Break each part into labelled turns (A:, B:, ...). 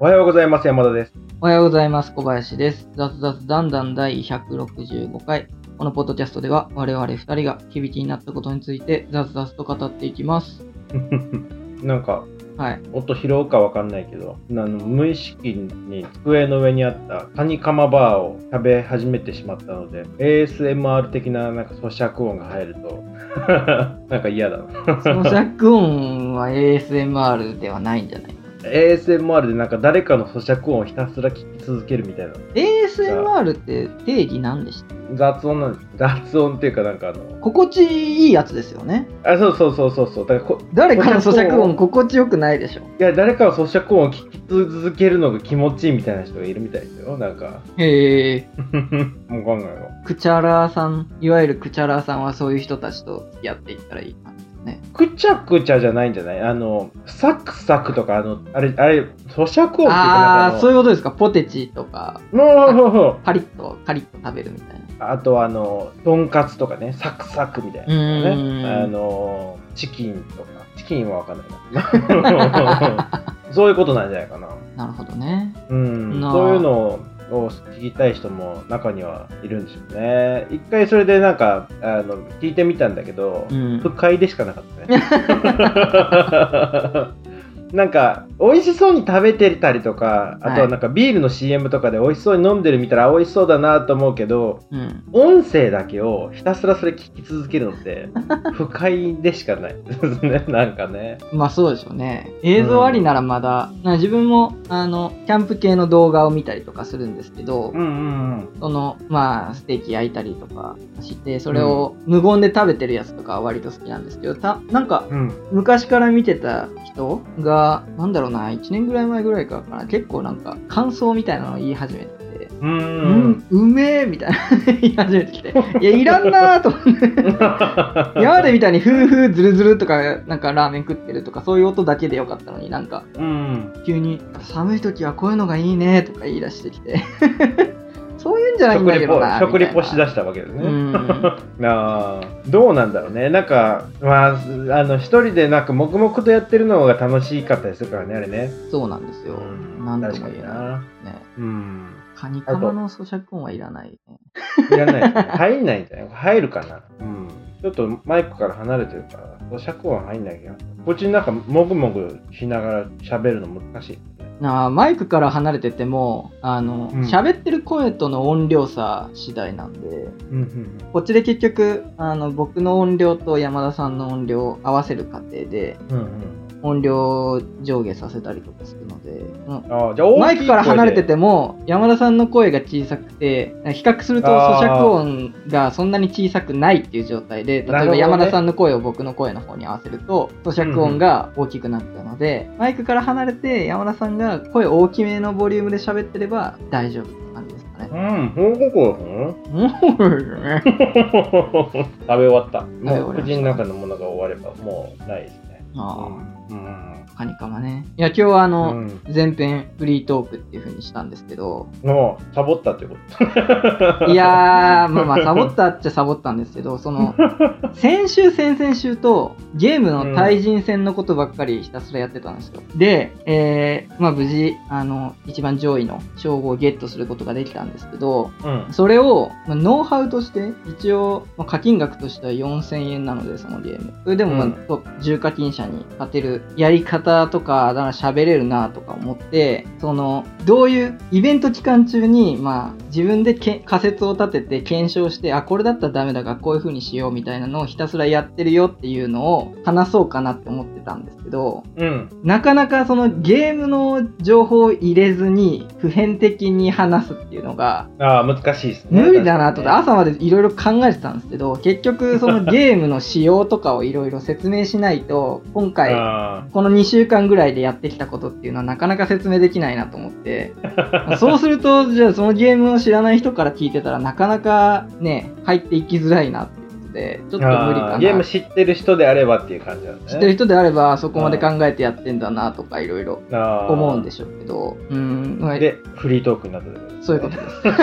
A: おはようございます。山田です。
B: おはようございます。小林です。雑雑談談第165回。このポッドキャストでは我々2人が響きになったことについて雑々と語っていきます。
A: なんか、
B: はい。
A: 音拾うかわかんないけど、あの無意識に机の上にあったカニカマバーを食べ始めてしまったので、ASMR 的ななんか咀嚼音が入ると、 なんか嫌だな。
B: そのク音は ASMR ではないんじゃない
A: ASMR でなんか誰かの咀嚼音をひたすら聞き続けるみたいな。
B: ?ASMR って定義何でした
A: 雑音なんです。雑音っていうかなんかあの、
B: 心地いいやつですよね。
A: あ、そうそうそうそうそう。だからこ
B: 誰かの咀嚼
A: 咀嚼
B: 音
A: 音
B: 心地よくないでしょ。
A: いや、誰かの咀嚼音を聞き続けるのが気持ちいいみたいな人がいるみたいですよ。なんか、
B: へえ。
A: もう考えよ。
B: クチャラーさん、いわゆるクチャラーさんはそういう人たちと付き合っていったらいい感じですね。
A: くちゃくちゃじゃないんじゃないあの、サクサクとか、あの、あれ、あれ、咀嚼音っていうかなん
B: あ
A: か
B: あ、
A: あ
B: そ
A: の
B: ういうことですか。ポテチとか、
A: のほうほうほ
B: パリッとカリッと食べるみたいな。
A: うあと、あの、とんかつとかね、サクサクみたいなの
B: う
A: ね。
B: ーん
A: あの、チキンとか、チキンはわかんないな。 そういうことなんじゃないかな。
B: なるほどね。
A: うん、
B: なあ
A: そういうのを聞きたい人も中にはいるんでしょうね。一回それでなんか、あの、聞いてみたんだけど、
B: うん
A: 不快でしかなかったね。 なんか美味しそうに食べてたりとかあとはなんかビールの CM とかで美味しそうに飲んでる見たら美味しそうだなと思うけど
B: うん。
A: 音声だけをひたすらそれ聞き続けるのって 不快でしかない ですねなんかね
B: まあそうでしょうね。映像ありならまだ、な自分も、あの、キャンプ系の動画を見たりとかするんですけど、
A: んうん
B: その、まあ、ステーキ焼いたりとかして、それを無言で食べてるやつとかは割と好きなんですけど、た、なんか、
A: うん
B: 昔から見てた人が、なんだろうな、1年ぐらい前ぐらいからかな、結構なんか、感想みたいなのを言い始めてて、
A: うんうん
B: う
A: うん
B: ん、うめえみたいな言い始めてきて、いや、いらんなーと思って。 今までみたいにフーフーズルズルとかなんかラーメン食ってるとかそういう音だけでよかったのになんか
A: うん
B: 急に寒い時はこういうのがいいねとか言い出してきて そういうんじゃないん
A: 食
B: だ
A: リ
B: けど
A: ポ
B: な
A: 食
B: み
A: リ
B: たい
A: ポ
B: な
A: しだしたわけですね、
B: うん
A: あーどうなんだろうね、なんか、まあ、あの一人でなんか黙々とやってるのが楽しかったりするからね、あれね。
B: そうなんですよ、なんとも言えな、
A: ない
B: ね、
A: うん。
B: カニカマの咀嚼音はいらない、ね、
A: いらないですね。入んないんじゃない入るかな。うん。ちょっとマイクから離れてるから、咀嚼音は入んないけど、こっちなんかもぐもぐしながら喋るの難しい。
B: なあマイクから離れててもあの
A: うん
B: 喋、ってる声との音量差次第なんで
A: うんうん
B: こっちで結局あの僕の音量と山田さんの音量を合わせる過程で
A: うん。うんうん。
B: 音量を上下させたりとかするので、うん
A: あーじゃあ大きい声で
B: マイクから離れてても山田さんの声が小さくて比較すると
A: あ
B: 咀
A: ー
B: 嚼音がそんなに小さくないっていう状態で
A: なる
B: 例え
A: ほど
B: ば
A: ね
B: 山田さんの声を僕の声の方に合わせると咀嚼音が大きくなっちゃうので、マイクから離れて山田さんが声大きめのボリュームで喋ってれば大丈夫って感じですかね
A: う。ん、報告うん
B: うん
A: 食べ終わった。もう
B: 食べ終わりました
A: 口の中のものが終わればもうないですね。
B: あ
A: うん。
B: ーカニカマね。いや今日はあ
A: う
B: の、
A: ん。
B: 前編フリートークっていう風にしたんですけど、
A: もうサボったってこ
B: いやー、まあまあ、サボったっちゃサボったんですけど、その、先週、先々週と、ゲームの対人戦のことばっかりひたすらやってたんですよ。で、えー、まあ無事、あの、一番上位の称号をゲットすることができたんですけど、
A: と。 うん。
B: それを、まあノウハウとして、一応、まあ課金額としては4000円なので、そのゲーム。それでも、まあ
A: うん
B: と重課金者に勝てるやり方とか、だから喋れるなとか思って、その、どういう、イベント期間中に、まあ、自分でけ仮説を立てて検証して、あ、これだったらダメだから、こういう風にしようみたいなのをひたすらやってるよっていうのを話そうかなって思ってたんですけど、
A: うん。
B: なかなかそのゲームの情報を入れずに、普遍的に話すっていうのが、
A: ああ、難しいですね。
B: 無理だなと思って
A: 確か
B: 朝までいろいろ考えてたんですけ ど結局そのゲームの仕様とかをいろいろ説明しないと今
A: にね
B: 回
A: あ
B: この2週間ぐらいでやってきたことっていうのはなかなか説明できないなと思って そうするとじゃあそのゲームを知らない人から聞いてたらなかなかね入っていきづらいなっていうことでちょっと無理
A: ーあ
B: か
A: ーゲー
B: な
A: ム知ってる人であればっていう感じなんで
B: 知
A: す
B: ってる
A: ね。。
B: 人であればそこまで考えてやってんだなとかいろいろ思うんですしょうけどうんはい
A: で、フリートークになったってことですね
B: そういうこと です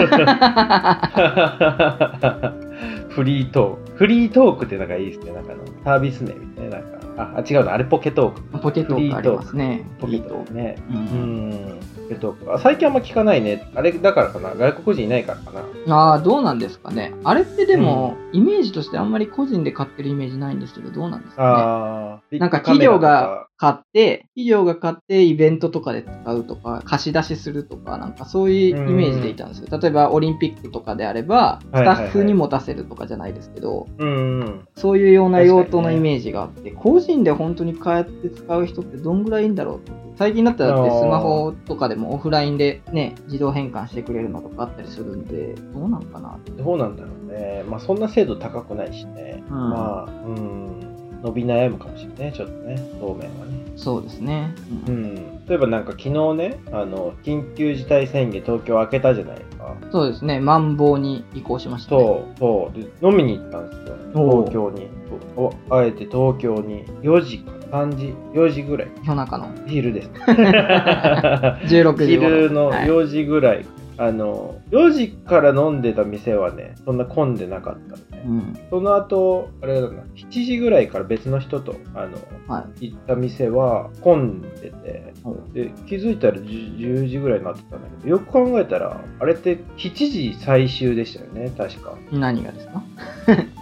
A: フリートーク。フリートークってなんかいいですね。なんかあのサービス名みたいな。なんかあ、あ違うな、あれポケトーク。
B: ポケットがありますね。
A: ポケトークね。
B: フリー
A: う
B: トうん
A: ん。ポケトーク。あ最近あんま聞かないね。あれだからかな。外国人いないからかな。
B: ああ、どうなんですかね。あれってでも、イメージとしてあんまり個人で買ってるイメージないんですけど、どうなんですかね。
A: ああ。
B: なんか
A: ビッグカメ
B: 企
A: ラ
B: 業
A: と
B: が
A: か。
B: 買って、企業が買ってイベントとかで使うとか、貸し出しするとか、なんかそういうイメージでいたんですよ。例えばオリンピックとかであれば、ス
A: はいはい
B: タ
A: はい
B: ッフに持たせるとかじゃないですけど、
A: うんうん。
B: そういうような用途
A: 確
B: の
A: か
B: イ
A: にね
B: メージがあって、個人で本当に買って使う人ってどんぐらいいいんだろうって最近だったらだって
A: あー
B: スマホとかでもオフラインでね、自動変換してくれるのとかあったりするんで、どうなんかな
A: どうなんだろうね。まあそんな精度高くないしね。
B: うん
A: まあ、うん。伸び悩むかもしれないね、ちょっとね。当面はね。
B: そうですね。
A: う
B: うん
A: ん。例えばなんか昨日ね、あの、緊急事態宣言東京開けたじゃないですか。
B: そうですね。マンボウに移行しました、ね。
A: そう、そう。で飲みに行ったんですよ。
B: おう
A: 東京に。おあえて東京に4時か3時、4時ぐらい。
B: 夜中の
A: 昼 です。
B: 16時頃
A: 昼の
B: はい
A: 4時ぐらい。あの、4時から飲んでた店はね、そんな混んでなかったの
B: う
A: ね。
B: ん。
A: その後、あれだな、7時ぐらいから別の人と、あの、
B: は
A: 行った店は混んでて、
B: お
A: で気づいたら 10, 10時ぐらいになってたんだけどよく考えたらあれって7時最終でしたよね確か
B: い。何がですか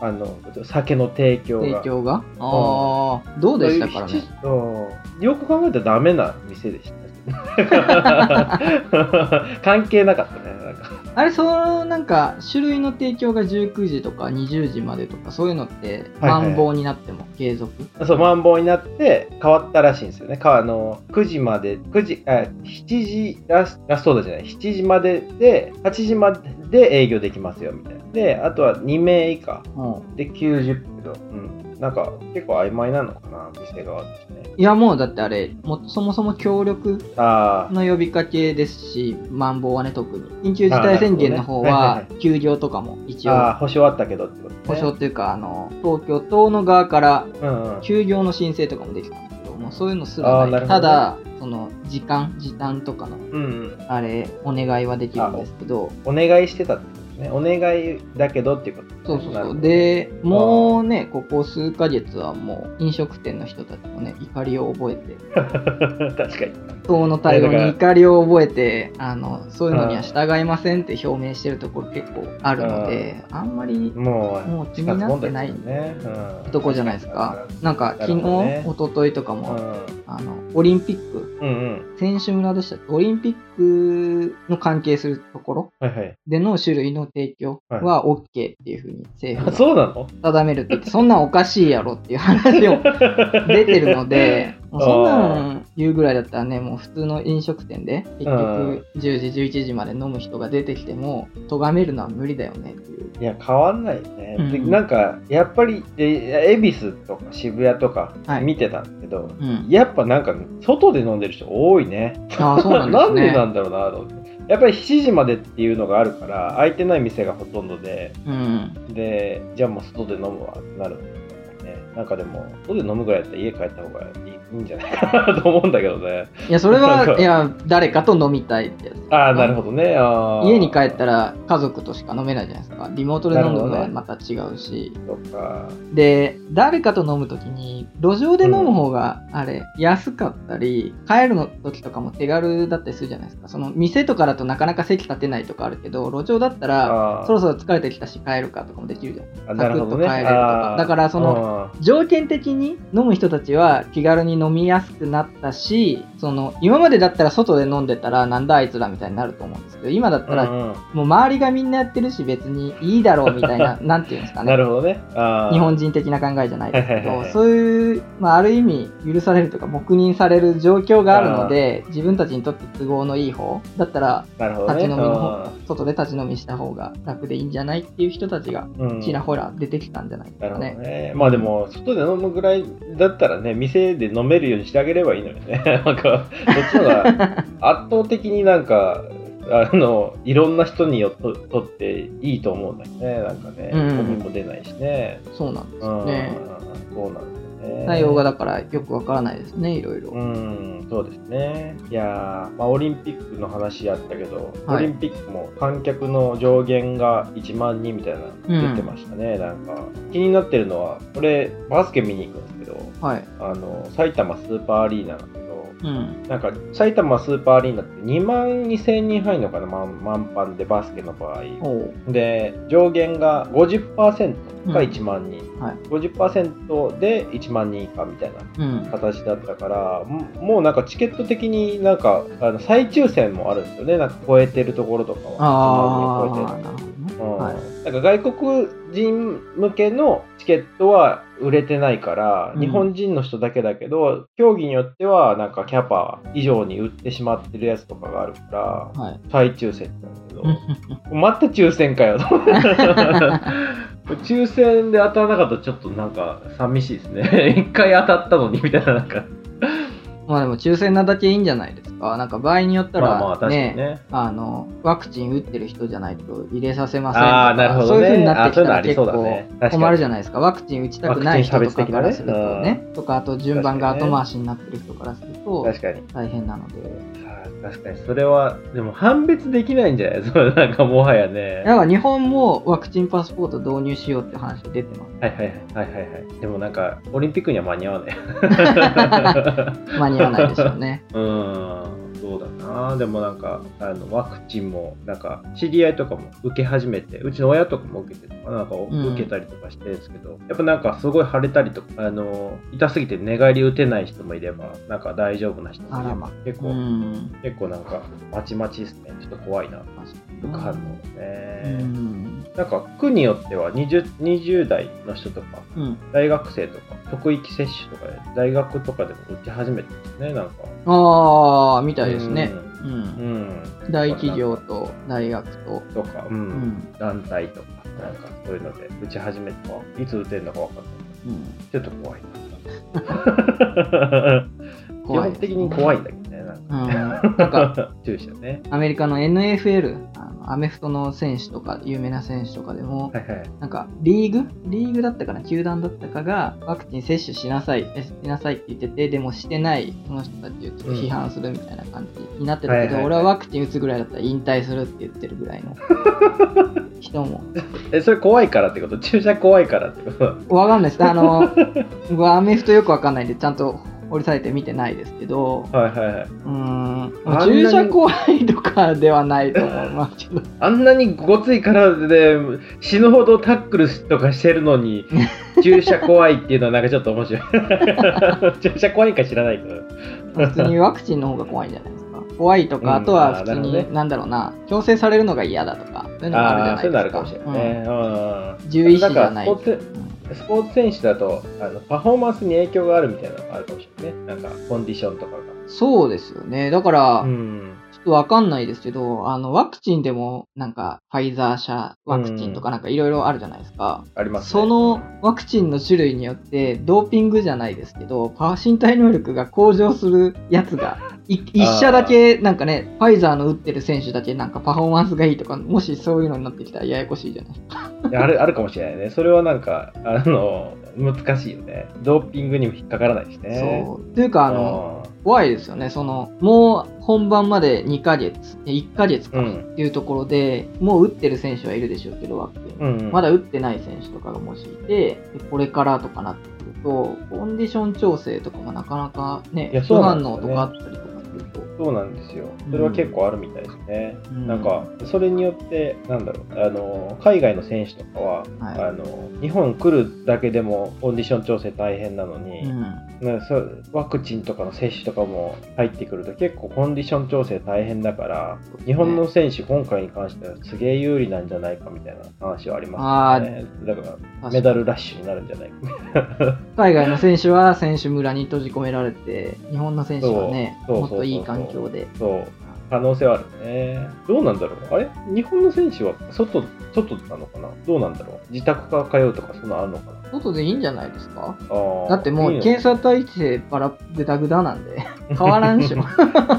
A: あの酒の提供が
B: 提供がああ、どうでしたからね。
A: うんよく考えたらダメな店でしたね 関係なかったねなんか
B: あれ、そのなんか、種類の提供が19時とか20時までとか、そういうのって、
A: はいはい
B: マンボウになっても継続、
A: そう、マンボウになって変わったらしいんですよね。かあの9時まで、9時、あ7時ラス、ラストだじゃない、7時までで、8時まで営業できますよ、みたいな。で、あとは2名以下で90分。うん。なんか結構曖昧なのかな、店側ですね。
B: いや、もうだってあれ、もそもそも協力
A: ああ、
B: の呼びかけですし、マンボウはね、特に。緊急事態宣言の方
A: あーなるほど
B: は
A: ねはいはい、
B: 休業とかも一
A: ああ
B: 応、
A: 保証あったけどってことね。
B: 保証というか、あの、東京都の側から
A: うんうん。
B: 休業の申請とかもできたんですけど、もうそういうのす
A: あ
B: ら
A: ー
B: な。
A: ないるほ
B: た
A: どね
B: だ、その、時間、時短とかの、
A: うんうん。
B: あれ、お願いはできるんですけど、
A: お願いしてたってことね。お願いだけどっていうことね、
B: そうそう
A: なる
B: そ
A: ほ
B: う。
A: ど、
B: で、もうね、ここ数ヶ月はもう飲食店の人たちもね、怒りを覚えて、
A: 確かに。
B: 党の対応
A: ねだか
B: に
A: ら
B: 怒りを覚えて、あの、そういうのには従いませんって表明してるところ結構あるので、あんまり
A: もう、
B: もう気になってない
A: ね。うん
B: とこじゃないですか。なんか昨日、
A: なるほどね
B: 一昨日とかも、
A: う
B: あの、オリンピッ
A: ん
B: ク、
A: うん。
B: 選手村でしたっけオリンピックの関係するところ
A: はいはい。
B: での種類の提供は OK っていうふうに政
A: あ、
B: 府が
A: そうなの
B: 定めるって言って、そんなんおかしいやろっていう 話を出てるので、もうそんなん言うぐらいだったらね、もう普通の飲食店で、結局10時、11時まで飲む人が出てきても、咎めるのは無理だよねっていう。
A: いや、変わんないよね。
B: うん
A: でなんか、やっぱり、え恵比寿とか渋谷とか
B: はい
A: 見てたんですけど、
B: うん。
A: やっぱなんか、外で飲んでる人多いね。
B: ああ、そうなんで
A: な
B: す
A: ん
B: ね。
A: でなんだろうなと思って。やっぱり7時までっていうのがあるから、空いてない店がほとんどで、
B: うん。
A: で、じゃあもう外で飲むわってなるんだよね。なんかでも、外で飲むぐらいだったら家帰った方がいいいいんじゃないかなと思うんだけどね。
B: いや、それ
A: なん
B: は、
A: か
B: いや、誰かと飲みたいってやつ。
A: ああ、なるほどね。あー
B: 家に帰ったら家族としか飲めないじゃないですか。リモートで飲むの
A: なるほ
B: は
A: どね
B: また違うし。
A: とか、
B: で、誰かと飲むときに、路上で飲む方が、あれ、安かったり、帰るの時とかも手軽だったりするじゃないですか。その、店とかだとなかなか席立てないとかあるけど、路上だったら、
A: あー
B: そろそろ疲れてきたし帰るかとかもできるじゃん。
A: あなるほどね。
B: サクッと帰れるとか
A: あー
B: だからその、条件的に飲む人たちは気軽に飲みやすくなったし、その、今までだったら外で飲んでたら、なんだあいつらみたいになると思うんですけど、今だっ
A: う
B: た
A: ん
B: ら、
A: うん
B: もう周りがみんなやってるし、別にいいだろうみた いな、なんていうんですかね。
A: なるほどね。あー
B: 日本人的な考えじゃないですけ
A: はいはい
B: ど
A: はい
B: そういう、まあ、ある意味許されるとか黙認される状況があるので自分たちにとって都合のいい方だったら
A: なるほどね。
B: 立ち飲みの
A: あ
B: 方外で立ち飲みした方が楽でいいんじゃないっていう人たちが
A: ーうん
B: ちらほら出てきたんじゃないです
A: なる
B: か
A: ほど
B: ね。
A: ね。まあでも、外で飲むぐらいだったらね、店で飲めるようにしてあげればいいのよね。 なんか、そっちのが圧倒的になんか、あのいろんな人によっととっていいと思うんだよね、なんかね、
B: うん
A: ゴミも出ないしね。
B: そうなんです
A: うん
B: よね。
A: そうなんですよね。
B: 内容がだからよくわからないですね、いろいろ
A: う。ん、そうですね。いやー、まあ、オリンピックの話やったけど、
B: はい
A: オリンピックも観客の上限が1万人みたいな
B: うん
A: の出てましたね、なんか。気になってるのは、これ、バスケ見に行くんですけど、
B: はい。
A: あの、埼玉スーパーアリーナなんだけど、
B: うん。
A: なんか、埼玉スーパーアリーナって2万2000人入るのかな、ま満帆でバスケの場合。
B: おう。
A: で上限が50%が
B: うん
A: 1万人、
B: はい
A: 50%で1万人以下みたいな
B: うん。
A: 形だったからももうなんかチケット的になんかあの再抽選もあるんですよねなんか超えてるところとかは1万人超え
B: ああ、
A: てる
B: なるほどね。
A: うん
B: はい。
A: なんか外国人向けのチケットは売れてないから、
B: うん
A: 日本人の人だけだけど競技によってはなんかキャパ以上に売ってしまってるやつとかがあるから
B: はい。
A: 再抽選なんだけど、また抽選かよ 抽選で当たらなかったらちょっとなんか寂しいですね 一回当たったのにみたいななんか
B: まあでも抽選なだけいいんじゃないですか。なんか場合によったら、ね、
A: まあまあ確かにね
B: あの、ワクチン打ってる人じゃないと入れさせませんとか
A: ああなるほ
B: そ
A: ど
B: ういう風に
A: ね
B: なっ
A: あ
B: て
A: そうい
B: き
A: う
B: た
A: のあ
B: ら
A: りそ
B: 結
A: うだね確
B: 構
A: かに
B: 困るじゃないですか。ワクチン打ちたくない人とかからすると
A: ワクチン差別的な
B: ね
A: ね、
B: とか、あと順番が
A: 確かにね
B: 後回しになってる人からすると
A: 確かに
B: 大変なので。
A: あー確かにそれはでも判別できないんじゃない それなんかもはやね
B: だから日本もワクチンパスポート導入しようって話が出てま
A: はいはいはいはいはいはいでもなんかオリンピックには間に合わない
B: す。間に合わないでしょうね。
A: うーんそうだなでもなんかあのワクチンもなんか知り合いとかも受け始めてうちの親とかも受けてたかななんか
B: ん
A: 受けたりとかしてるんですけど、やっぱなんかすごい腫れたりとかあの痛すぎて寝返り打てない人もいればなんか大丈夫な人もい
B: あ
A: れ
B: ら
A: ば
B: ま
A: 結
B: う
A: 構、
B: ん。
A: 結構なんかまちまちですねちょっと怖いな副反応ね
B: う、ん。
A: なんか区によっては 20, 20代の人とか
B: うん。
A: 大学生とか職域接種とかで大学とかでも打ち始めてるんですねなんか
B: ああ、みたいですね。う。
A: うんん
B: 大企業と大学と。
A: とか、う
B: うんん。
A: 団体とか、なんかそういうので打ち始めても、いつ打てるのか分かんない。
B: うん。
A: ちょっと怖いな。基
B: 怖い
A: 本
B: です
A: 的に怖いんだけどね、なんか。
B: うん、なんか
A: 注射ね。
B: アメリカの NFL あのアメフトの選手とか有名な選手とかでも、
A: はいはい。
B: なんかリーグリーグだったかな球団だったかがワクチン接種しなさいえしなさいって言っててでもしてないその人たちをちょっと批判するみたいな感じになってたけ
A: は
B: ど、
A: いはいはい
B: 俺はワクチン打つぐらいだったら引退するって言ってるぐらいの人も
A: え、それ怖いからってこと注射怖いからってこと
B: わかんないですあの僕はアメフトよくわかんないんでちゃんと掘り下げて見てないですけど
A: はいはいはい。
B: うーん
A: あんなに
B: 注射怖いとかではないと思いますけど
A: あんなにごつい体で死ぬほどタックルとかしてるの に、注射怖いっていうのは なんかちょっと面白い。注射怖いんか知らないけど。
B: 普通にワクチンの方が怖いんじゃないで すか。怖いと
A: うん
B: か、あとは普通
A: あーなるほどね
B: に、なんだろうな、強制されるのが嫌だとか、そういうのが
A: ああー、
B: あ
A: そうい
B: る
A: う
B: じ
A: の
B: ゃ
A: あ
B: ない
A: るかもしれないね。うん
B: ですか。うん獣医師じゃない
A: んかスポーツスポーツ選手だとあのパフォーマンスに影響があるみたいなのがあるかもしれないね。なんかコンディションとか
B: うんそうですよね。だから、
A: が。ん。
B: ちょっとわかんないですけど、あの、ワクチンでも、なんか、ファイザー社ワクチンとかなんかいろいろあるじゃないですか。
A: ありますね。
B: そのワクチンの種類によって、ドーピングじゃないですけど、パワ身体能力が向上するやつが、 い一社だけ、なんかね、ファイザーの打ってる選手だけなんかパフォーマンスがいいとか、もしそういうのになってきたらややこしいじゃない
A: あるあるかもしれないね。それはなんか、あの、難しいよね。ドーピングにも引っかからないしね。う。
B: そう。というか、あの、怖いですよね。その、もう本番まで2ヶ月、え1ヶ月か
A: うん
B: っていうところで、もう打ってる選手はいるでしょうけど、ワクチン。
A: うん、うん。
B: まだ打ってない選手とかがもしいて、でこれからとかなってくると、コンディション調整とかもなかなかね、
A: いや
B: 副
A: そうなん
B: 反
A: ですよ
B: 応
A: ね
B: とかあったりとかすると。
A: そうなんですよ。それは結構あるみたいですね。
B: うん
A: なんか、それによって、なんだろう、あの、海外の選手とかは、
B: はい
A: あの、日本来るだけでもコンディション調整大変なのに、
B: うん
A: ね、そうワクチンとかの接種とかも入ってくると結構コンディション調整大変だから日本の選手今回に関してはすげえ有利なんじゃないかみたいな話はありますよねだからメダルラッシュになるんじゃないかみたい
B: 海外の選手は選手村に閉じ込められて、日本の選手はね、
A: そう
B: もっといい
A: そうそうそう
B: 環境で。
A: なそう可能性はあるねどうなんだろうあれ日本の選手は外外なのかなどうなんだろう自宅から通うとかそんなのあるのかな
B: 外でいいんじゃないですか
A: あー
B: だって
A: いう
B: も
A: いの
B: 検査体制バラグダグダな んで変わらんでしょ、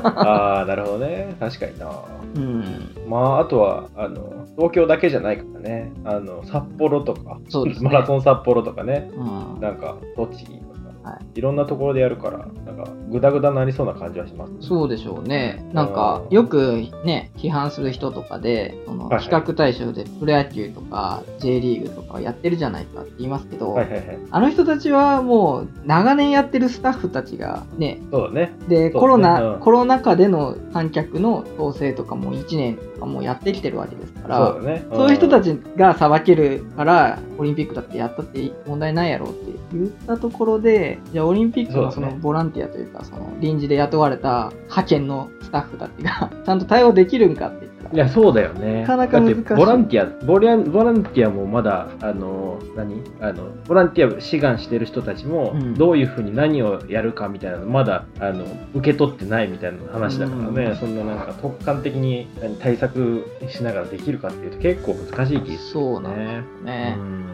A: ああなるほどね確かにな
B: うん、
A: まあ、あとはあの東京だけじゃないからねあの札幌とか、
B: そうですね
A: マラソン札幌とかね
B: うん
A: なんか栃木とか
B: はい
A: ろんなところでやるから、なんか、ぐだぐだなりそうな感じはします。
B: そうでしょうね。なんか、よくね、批判する人とかで、その
A: はいはい
B: 比較対象でプロ野球とか J リーグとかやってるじゃないかって言いますけど、
A: はいはいはい。
B: あの人たちはもう長年やってるスタッフたちがね、
A: そうだね。
B: で、
A: そう
B: コロナ、
A: うん
B: コロナ禍での観客の統制とかも1年とかもやってきてるわけですか
A: そう
B: ら
A: だ、ね。
B: そういう人た
A: ん。
B: ちが裁けるから、オリンピックだってやったって問題ないやろって言ったところで、じゃあオリンピックの
A: そ
B: そう
A: だね
B: のボランティアというか、その臨時で雇われた派遣のスタッフたちが 、ちゃんと対応できるんかって言った
A: い
B: ら、
A: や、そうだよね。
B: なかなか難しい
A: だって、ボランティア、ボランボランティアもまだ、あの、何あの、ボランティア志願してる人たちも、
B: うん
A: どういうふうに何をやるかみたいなの、まだ、あの、受け取ってないみたいな話だからね、
B: うん
A: そんななんか、特感的に何対策しながらできるかっていうと、結構難しい気がする
B: そう
A: よ
B: なんで
A: ね。
B: すね
A: う。ん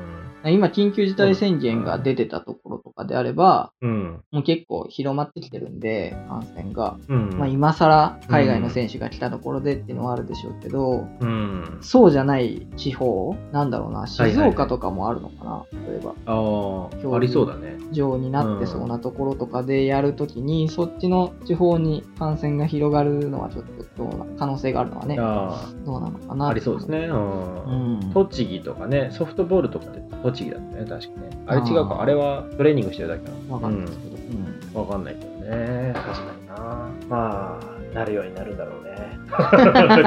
B: 今、緊急事態宣言が出てたところとかであれば、
A: うん。
B: もう結構広まってきてるんで、感染が。
A: うん。
B: まあ、今更海外の選手が来たところでっていうのはあるでしょうけど、
A: うん。
B: そうじゃない地方なんだろうな、
A: いはい
B: 静岡とかもあるのかな、例えば。
A: あ
B: 興
A: あ、
B: 味
A: ありそうだね。
B: 上になってそうなところとかでやるときに、そっちの地方に感染が広がるのはちょっとどうな可能性があるのはね、
A: あ
B: どうなのか
A: あ、
B: な。
A: ありそうです。ね。うん
B: うん。
A: 栃木とかね、ソフトボールとかって栃木だったね、確かね。あれ
B: あ
A: 違
B: ー
A: うか、あれはトレーニングしてるだけなの
B: わかんないですけど。うん
A: うん、わかんないけどね。確かにな。まあ、なるようになるんだろうね。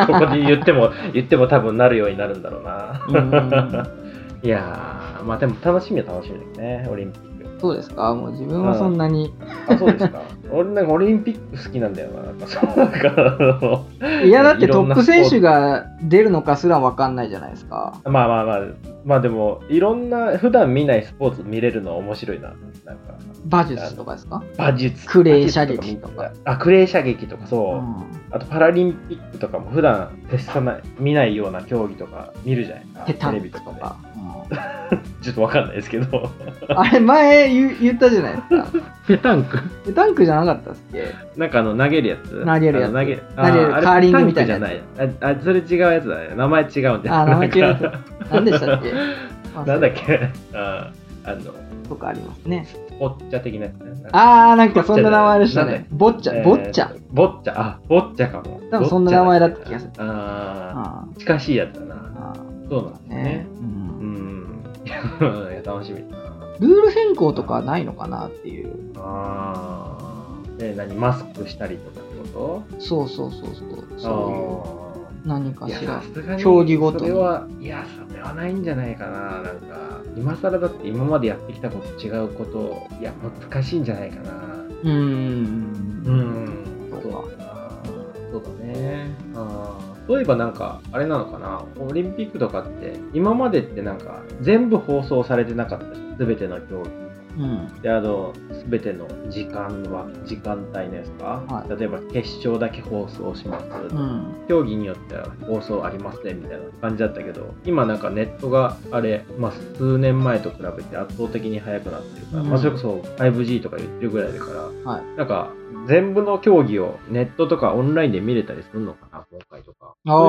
A: ここで言っても、言っても多分なるようになるんだろうな。
B: うん
A: いやー、まあでも楽しみは楽しみですね、オリンピック。
B: そうですかもう自分はそんなに。
A: あ、そうですか。 俺なんかオリンピック好きなんだよな。 なんかそうなんかあの
B: いや、だって
A: いろ
B: ト
A: んな
B: ッ
A: スポ
B: プ
A: ーツ
B: 選手が出るのかすらわかんないじゃないですか。
A: まあまあまあ、まあでも、いろんな、普段見ないスポーツ見れるのは面白いな。なんか、
B: 馬術とかですか
A: 馬術。
B: クレー射撃とか。
A: あ、クレー射撃とか
B: う
A: そう。
B: ん。
A: あとパラリンピックとかも普段接さない、見ないような競技とか見るじゃないですか。
B: ペタ
A: テレ
B: ン
A: ビ
B: ク
A: と
B: と
A: かで。
B: か。うん
A: ちょっとわかんないですけど。
B: あれ、前言言ったじゃないですか。
A: ペタンク
B: ペタンクじゃなかったっすっけ
A: なんかあの投げるやつ
B: 投げるやつ
A: あの投げ
B: 投げる
A: ああれ
B: カーリングみたいなやつ
A: ペタンクじゃない。あ、あそれ違うやつだね。名前違うんだよ。
B: あ名前違うやつ
A: なんか
B: 何でしたっけ
A: なんだっけああの、
B: とかありますね。
A: ポッチャ的なやつね。
B: あー、なんかそんな名前でしたね。ボッチ
A: え
B: ャ、
A: ー
B: ボッチャ。。
A: ボッチャ、あ、ボッチャかも。
B: 多分そんな名前だった気がする
A: ボッチャだあ
B: あ
A: あ、近しいやつだな。
B: あ
A: そうなんです
B: ね
A: ね。
B: う
A: うんん。 いや楽しみだな。
B: ルール変更とかないのかなっていう。
A: ああ。え、何マスクしたりとかってこ
B: そうそうそうそう。
A: と
B: そ
A: あ
B: ういう何か
A: あ。いや、
B: しら
A: さ。すがに。
B: 競技ごと
A: そ
B: に
A: れは、いや、それはないんじゃないかな。なんか、今更だって今までやってきたこと違うこと、いや、難しいんじゃないかな。
B: うーん。
A: うん
B: そう
A: か。そうだね。あーそういえばなんか、あれなのかな、オリンピックとかって、今までってなんか、全部放送されてなかったじゃん、すべての競技。
B: うん。
A: であの全ての時間は時間帯のやつか、
B: はい
A: 例えば決勝だけ放送します、
B: うん。
A: 競技によっては放送ありますねみたいな感じだったけど今なんかネットがあれ、まあ、数年前と比べて圧倒的に速くなってるから、
B: うん
A: まあ、それこそ 5G とか言ってるぐらいだから、
B: はい
A: なんか全部の競技をネットとかオンラインで見れたりするのかな今回とか
B: あ
A: そ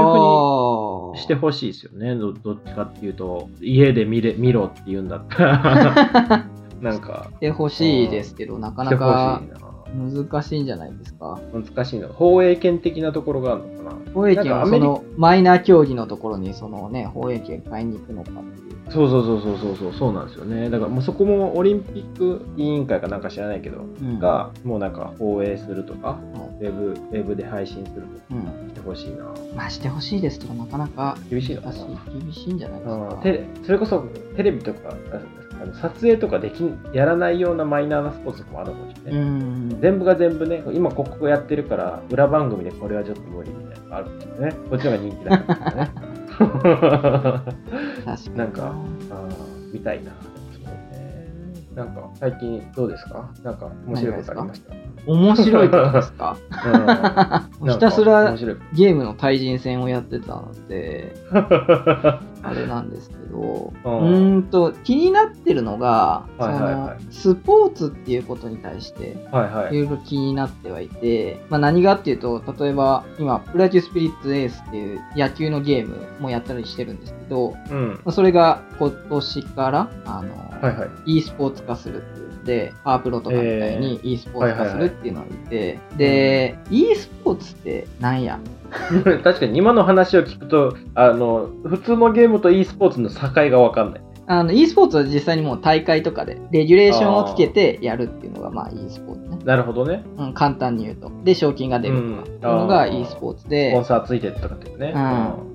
A: ういうふうに
B: あ。
A: してほしいですよねどどっちかっていうと家で見れ見ろって言うんだった らなんか
B: してほしいですけど、なか
A: して
B: な
A: ほ
B: か
A: しいな
B: 難しいんじゃないですか。
A: 難しいの放映権的なところがあるのか
B: 放映
A: な
B: 権
A: んかア
B: は
A: メリ
B: そのマイナー競技のところにそのね、放映権買いに行くのかっていう。
A: なそうそうそうそうそうそうそうなんですよねだからもうそこもオリンピック委員会かなんか知らないけど
B: うん、
A: がもうなんか放映するとか
B: い
A: ウェブウェブで配信するとか
B: うん、
A: してほしいな
B: まあしてほしいですけど、なかなか
A: 厳しいのか
B: 難し、
A: ない
B: 厳しいんじゃないです
A: うん
B: か。
A: テレそれこそテレビとかああの撮影とかできんやらないようなマイナーなスポーツとかもあるかもしれ
B: う
A: ない、
B: ん。
A: 全部が全部ね今ここやってるから裏番組でこれはちょっと無理みたいなのあるんですよねこっちの方が人気だから ね
B: 確かに
A: なんかあーみたいな。なんか最近どうですか？なんか面白いことありました。
B: 面白いことですか
A: うん
B: ひたす
A: なんか面
B: ら
A: 白い。
B: ゲームの対人戦をやってたので、あれなんですけど、う
A: うん
B: ーんと、気になってるのが、そ
A: はいはいは
B: のスポーツっていうことに対して、
A: はいはい
B: い。ろいろ気になってはいて、まあ、何がっていうと、例えば今、プロ野球スピリッツエースっていう野球のゲームもやったりしてるんですけど、
A: うん。
B: まあそれが今年から、あの、
A: はいはい。
B: e スポーツ化するっていうって、パワープロとかみたいに e スポーツ
A: はいは
B: 化す
A: いはい
B: るっていうのを見て、で、e スポーツってなんや
A: 確かに今の話を聞くとあの普通のゲームと e スポーツの境が分かんない
B: あの、e スポーツは実際にもう大会とかで、レギュレーションをつけてやるっていうのが、まあ e スポーツね。
A: なるほどね
B: うん、簡単に言うと。で、賞金が出るとか、っていうの
A: あ
B: が
A: ー
B: e スポーツ
A: ス
B: で。
A: ポンサーついてとかっていうね
B: うん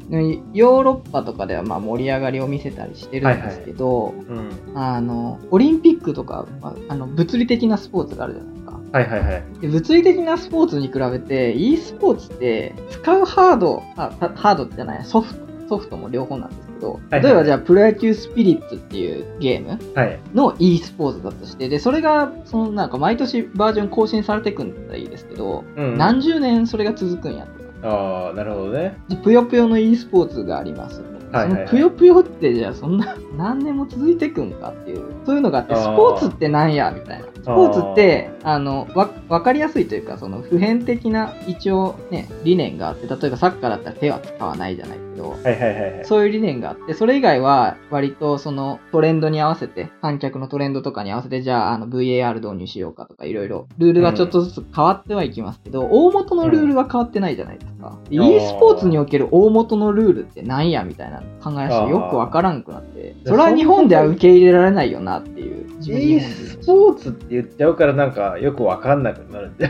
B: ヨーロッパとかではまあ盛り上がりを見せたりしてるんですけど、
A: うん、うん
B: あのオリンピックとかまああの物理的なスポーツがあるじゃないですか
A: はいはいはい
B: で物理的なスポーツに比べて e スポーツって使うハードあたハードじゃないソフトソフトも両方なんですけど
A: はい
B: 例えばじゃあプロ野球スピリッツっていうゲーム
A: はい
B: の e スポーツだとしてでそれがそのなんか毎年バージョン更新されてくんだったらいいですけど、
A: うん
B: 何十年それが続くんやと
A: ああなるほどね
B: でぷよぷよの e スポーツがあります。
A: はいはいはい
B: そのぷよぷよってじゃあそんな 何年も続いてくんかっていうそういうのがあって
A: あ
B: ス
A: ー
B: ポーツってなんやみたいなスポーツってあのわ分かりやすいというかその普遍的な一応ね理念があって例えばサッカーだったら手は使わないじゃないけど
A: はいはいはいはい
B: そういう理念があってそれ以外は割とそのトレンドに合わせて観客のトレンドとかに合わせてじゃああの VAR 導入しようかとかいろいろルールがちょっとずつ変わってはいきますけど、大元のルールは変わってないじゃないですか、で
A: うん
B: e スポーツにおける大元のルールってなんやみたいな考えしてよくわからんくなって
A: あー
B: それは日本では受け入れられないよなっていう自分
A: e
B: に
A: スポーツって言っちゃうからなんかよく分かんなくなるんで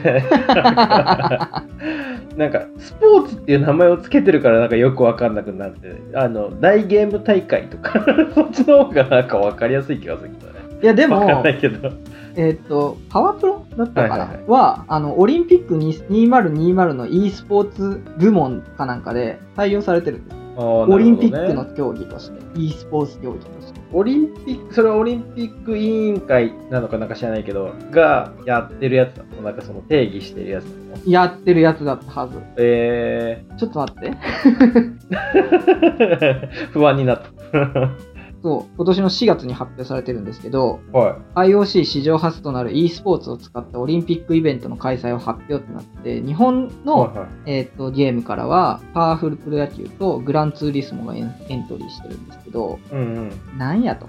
A: なんかスポーツっていう名前をつけてるからなんかよく分かんなくなってあの大ゲーム大会とか そっちの方がなんか分かりやすい気がするけどね
B: いやで
A: 分か
B: も
A: んないけど
B: えーっと、パワープロだった
A: は
B: かな、
A: い
B: は
A: はいはい
B: あの、オリンピックに2020の e スポーツ部門かなんかで採用されてるんです。オリンピックの競技として、e スポーツ競技として。
A: オリンピックそれはオリンピック委員会なのかなんか知らないけどがやってるやつなのなんかその定義してるやつなの
B: やってるやつだったはず。
A: え
B: ちょっと待って。
A: ー、 不安になった
B: そう、今年の4月に発表されてるんですけど、
A: はい
B: IOC 史上初となる e スポーツを使ったオリンピックイベントの開催を発表となって、日本の、
A: はいはい
B: えーっとゲームからは、パワフルプロ野球とグランツーリスモがエンエントリーしてるんですけど、
A: うん
B: なんやと。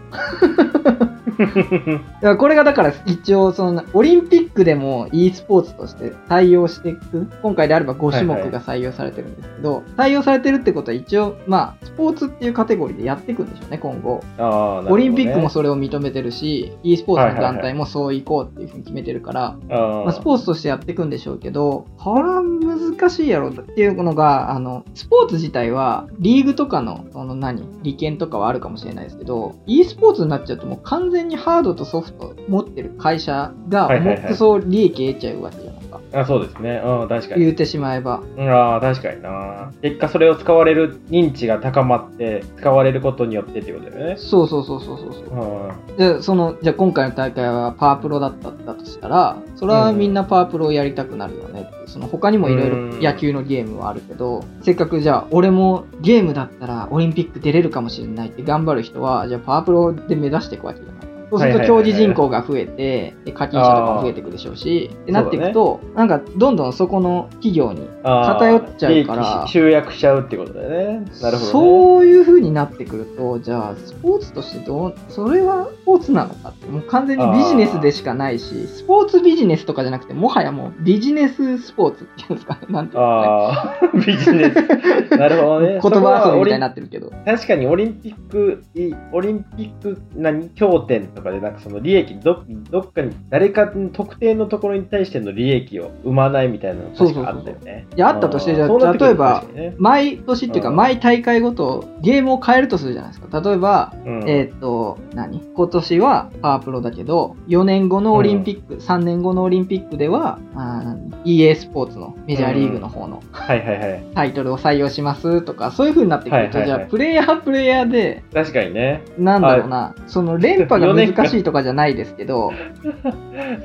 A: うん
B: いやこれがだから一応そのオリンピックでも e スポーツとして採用していく今回であれば5種
A: はいは
B: 目
A: い
B: が採用されてるんですけど、採用されてるってことは一応まあスポーツっていうカテゴリーでやっていくんでしょうね今後、
A: あーなるほどね
B: オリンピックもそれを認めてるし e スポーツの団体もそういこうっていうふうに決めてるから、
A: あ
B: まあ、スポーツとしてやっていくんでしょうけどこれは難しいやろっていうのがあのスポーツ自体はリーグとかのその何利権とかはあるかもしれないですけど e スポーツになっちゃうともう完全にハードとソフト持ってる会社が
A: はいは
B: も
A: いはい
B: っとそう利益得ちゃうわけじゃないか、
A: あそうですねうん確かに
B: 言うてしまえば
A: うんあー確かにな結果それを使われる認知が高まって使われることによってってことだよね
B: そうそうそうそうそうそう
A: う
B: でそのじゃあ今回の大会はパワープロだっただとしたらそれはみんなパワープロをやりたくなるよねっていうその他にもいろいろ野球のゲームはあるけどせっかくじゃあ俺もゲームだったらオリンピック出れるかもしれないって頑張る人はじゃあパワープロで目指していくわけじゃない。そうすると
A: はいはいはい
B: 競
A: はい
B: 技人口が増えて、で課金者とかも増えていくでしょうし、ってなっていくと、なんかどんどんそこの企業に、
A: んあー
B: 偏っちゃうから
A: 利益し集約しちゃうってことだよねなるほど、ね、
B: そういう風になってくると、じゃあスポーツとしてどう、それはスポーツなのかって、もう完全にビジネスでしかないし、スポーツビジネスとかじゃなくて、もはやもうビジネススポーツっていうんですかね、なんていうんですかね。
A: ああ ビジネスなるほどね
B: 言葉遊びみたいにな
A: な
B: ってるけど。
A: 確かにオリンピックいオリンピック何協定とかでなんかその利益どどっかに誰か特定のところに対しての利益を生まないみたいなの確かあったよね
B: そうそうそういやあったとして
A: うん
B: じゃあ
A: そうなってくると
B: 例えば
A: 確かにね
B: 毎年っていうか、
A: うん
B: 毎大会ごとゲームを変えるとするじゃないですか。例えば、
A: うん
B: えーっと、何今年はパワープロだけど、4年後のオリンピック、3年後のオリンピックでは、あー EA スポーツのメジャーリーグの方の
A: はいはいはい
B: タイトルを採用しますとかそういう風になってくると、
A: はいはいはい
B: じゃあプレイヤーはプレイヤーで
A: 確かにね
B: なんだろうなその連覇が 難しいとかじゃないですけど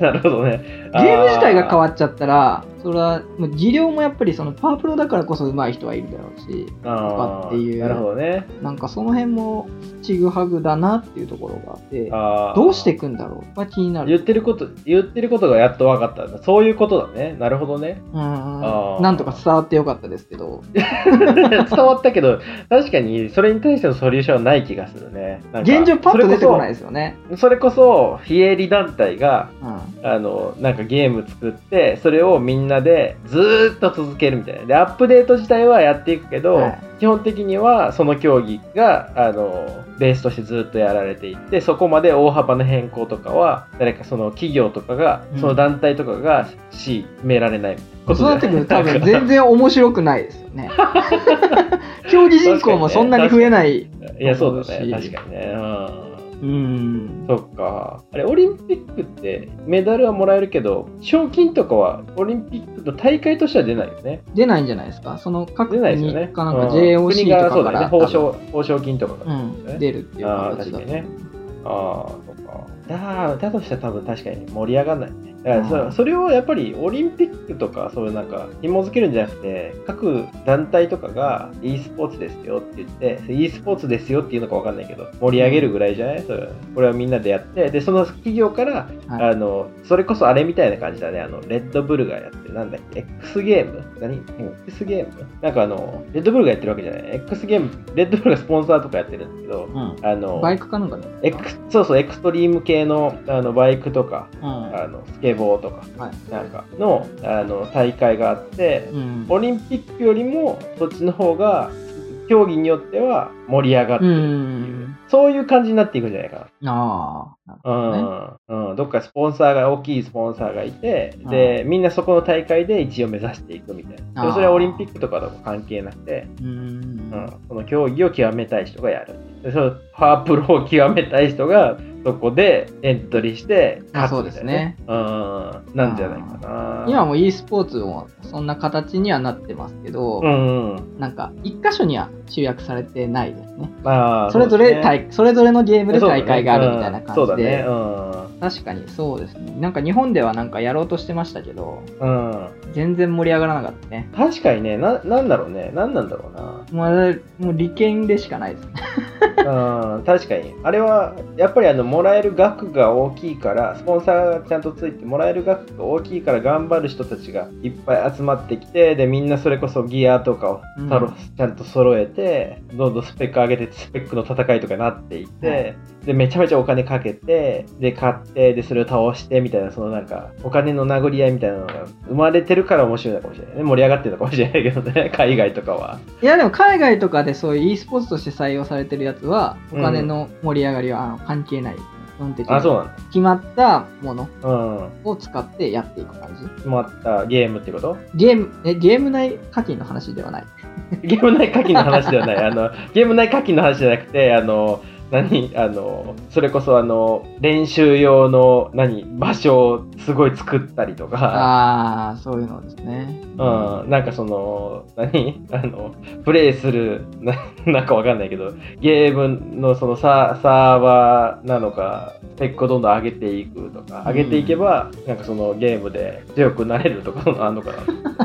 A: なるほどね
B: ゲーム自体が変
A: わ
B: わっちゃったらそそれはもう技量もやっぱりそのパワープロだからこそ上手い人はいるだろうし
A: あ
B: っ
A: あ
B: ていう
A: なるほどね
B: なんかその辺もちぐはぐだなっていうところがあって
A: あー
B: どうしていくんだろうは気にな
A: 言
B: る
A: ってること言ってることがやっと分かったそういうことだねなるほどね
B: うん
A: あー
B: なんとか伝わってよかったですけど
A: 伝わったけど確かにそれに対してのソリューションはない気がするねなんか
B: 現状パッと出てこない
A: それ
B: ですよね、
A: こそそれこそ非営利団体が
B: うん、
A: あのなんかゲーム作ってそれをみんなでずーっと続けるみたいなでアップデート自体はやっていくけど、
B: はい
A: 基本的にはその競技があのベースとしてずっとやられていってそこまで大幅な変更とかは誰かその企業とかが、
B: うん
A: その団体とかがし決められないみたいなこと
B: そう
A: じゃ
B: なってくると多分全然面白くないですよ ね競技人口もそんなに増えない、
A: いやそうだね
B: 思うし
A: 確かにねうん
B: うん
A: そっかあれオリンピックってメダルはもらえるけど賞金とかはオリンピックの大会としては出ないよね
B: 出ないんじゃないですかその各
A: 出ないです
B: 国
A: よね。
B: かなんか
A: うん
B: JOC
A: 国が
B: と
A: そう
B: か
A: だ
B: か
A: よね。
B: ら
A: 報奨報奨金とか
B: う
A: が。
B: ん、出るっていう
A: ああ、確
B: 形だ
A: か
B: と
A: にね。ああ、そっか。だだとしたら多分確かに盛り上がらないね。だからそ,、
B: うん
A: それをやっぱりオリンピックとかそういうなんか紐づけるんじゃなくて各団体とかが e スポーツですよって言って e スポーツですよっていうのかわかんないけど盛り上げるぐらいじゃないそれこれはみんなでやってでその企業から、
B: はい
A: あのそれこそあれみたいな感じだねあのレッドブルがやってるなんだっけ X ゲーム何 X ゲームなんかあのレッドブルがやってるわけじゃない X ゲームレッドブルがスポンサーとかやってるんだけど
B: うん
A: あの
B: バイクかなんかね、
A: エクスそうそうエクストリーム系のあのバイクとか
B: うんは
A: あのスケボーとか
B: い
A: なんかのあの大会があって
B: うん
A: オリンピックよりもそっちの方が競技によっては盛り上がって
B: う
A: る、
B: ん
A: そういう感じになっていくんじゃないかな。
B: ああなる
A: う
B: ど
A: んうん、どっかスポンサーが大きいスポンサーがいてでみんなそこの大会で一応目指していくみたいなで
B: あー
A: それはオリンピックとかとも関係なくて、
B: ほどうん
A: うん、その競技を極めたい人がやるでそのパワープロを極めたい人がそこでエントリーして
B: あ
A: 勝つみたいなうんなんじゃないかな
B: 今も e スポーツもそんな形にはなってますけど、
A: うんうん
B: なんか一箇所には集約されてないですね
A: まあ
B: それぞれ
A: 会
B: 大それぞれのゲームで大会があるみたいな感じで、
A: そうだね
B: 確かにそうですねなんか日本ではなんかやろうとしてましたけど
A: うん、うん、
B: 全然盛り上がらなかったね
A: 確かにねななんだろうねなんなんだろうな
B: まあ、もう利権でしかないですね。
A: うん確かにあれはやっぱりあのもらえる額が大きいからスポンサーがちゃんとついてもらえる額が大きいから頑張る人たちがいっぱい集まってきてでみんなそれこそギアとかを
B: うん
A: たろちゃんと揃えてどんどんスペック上げてスペックの戦いとかになっていって、
B: は
A: でめちゃめちゃお金かけてで買ってでそれを倒してみたいなそのなんかお金の殴り合いみたいなのが生まれてるから面白いのかもしれないね盛り上がってるのかもしれないけどね海外とかは。
B: いやでも海外とかでそういう e スポーツとして採用されてるやつはお金の盛り上がりはあの関係ない。基本的
A: あそうな
B: に
A: んだ
B: 決まったもの
A: うん、
B: を使ってやっていく感じ。
A: 決まったゲームってこと
B: ゲーム、え、ゲーム内課金の話ではない。
A: ゲーム内課金の話ではない。あの、ゲーム内課金の話じゃなくて、あの、何あの、それこそあの、練習用の、何場所をすごい作ったりとか、
B: ああー、そういうのですね。
A: うん、なんかその、何あの、プレイする、ななんかわかんないけど、ゲームのそのササーバーなのか、スペックをどんどん上げていくとか、上げていけば、なんかそのゲームで強くなれるとか、あんのか